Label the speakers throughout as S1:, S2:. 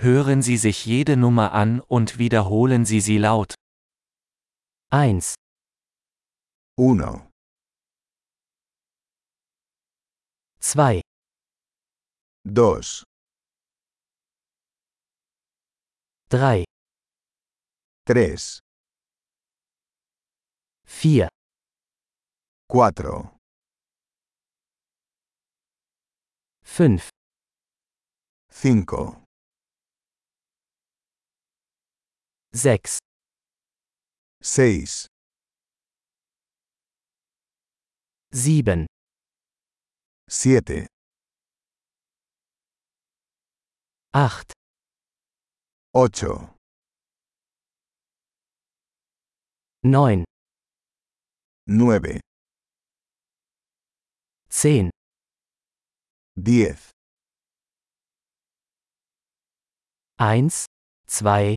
S1: Hören Sie sich jede Nummer an und wiederholen Sie sie laut.
S2: 1,
S3: 1,
S2: 2,
S3: 2,
S2: 3,
S3: 3,
S2: 4,
S3: 4,
S2: 5,
S3: 5,
S2: 6,
S3: 6,
S2: 7,
S3: 7,
S2: 8,
S3: 8,
S2: 9,
S3: 9,
S2: 10,
S3: 10,
S2: 1, 2,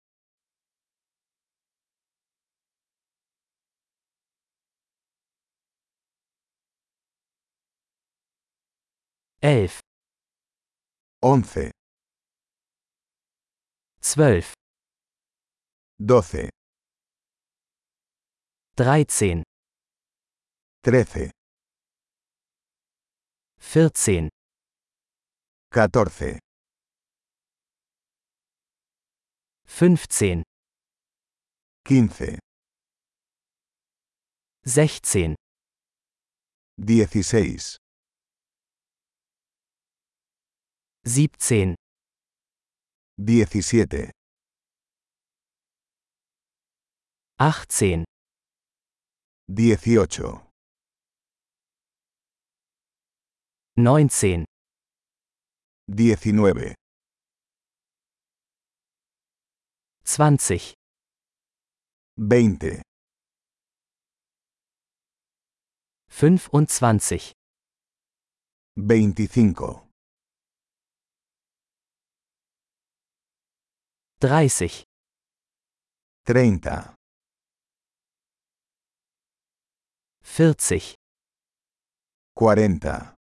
S2: 11,
S3: 11,
S2: 12,
S3: 12,
S2: 13,
S3: 13,
S2: 14,
S3: 14,
S2: 15,
S3: 15,
S2: 16,
S3: 16,
S2: 17,
S3: 17,
S2: 18,
S3: 18,
S2: 19,
S3: 19,
S2: 20,
S3: 20,
S2: 25,
S3: 25,
S2: 30,
S3: 30,
S2: 40,
S3: 40,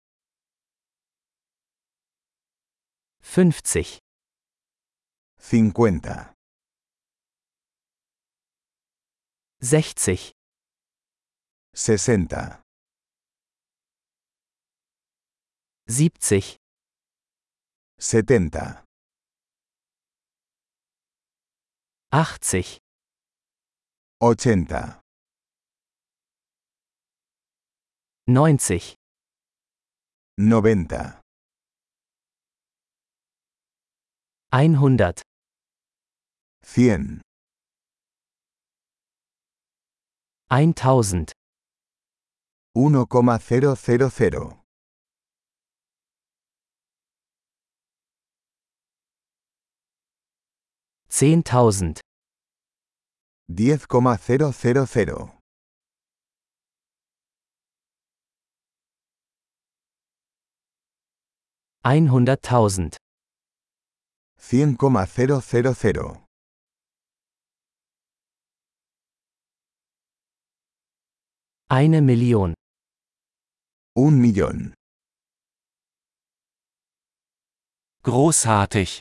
S2: 50,
S3: 50,
S2: 60,
S3: 60,
S2: 70,
S3: 70,
S2: 80,
S3: 80,
S2: 90,
S3: 90,
S2: 100,
S3: 100,
S2: 1000,
S3: 1,000,
S2: 10.000,
S3: 10,000,
S2: 100.000,
S3: 100,000,
S2: 1 Million,
S3: 1 Millón.
S1: Großartig!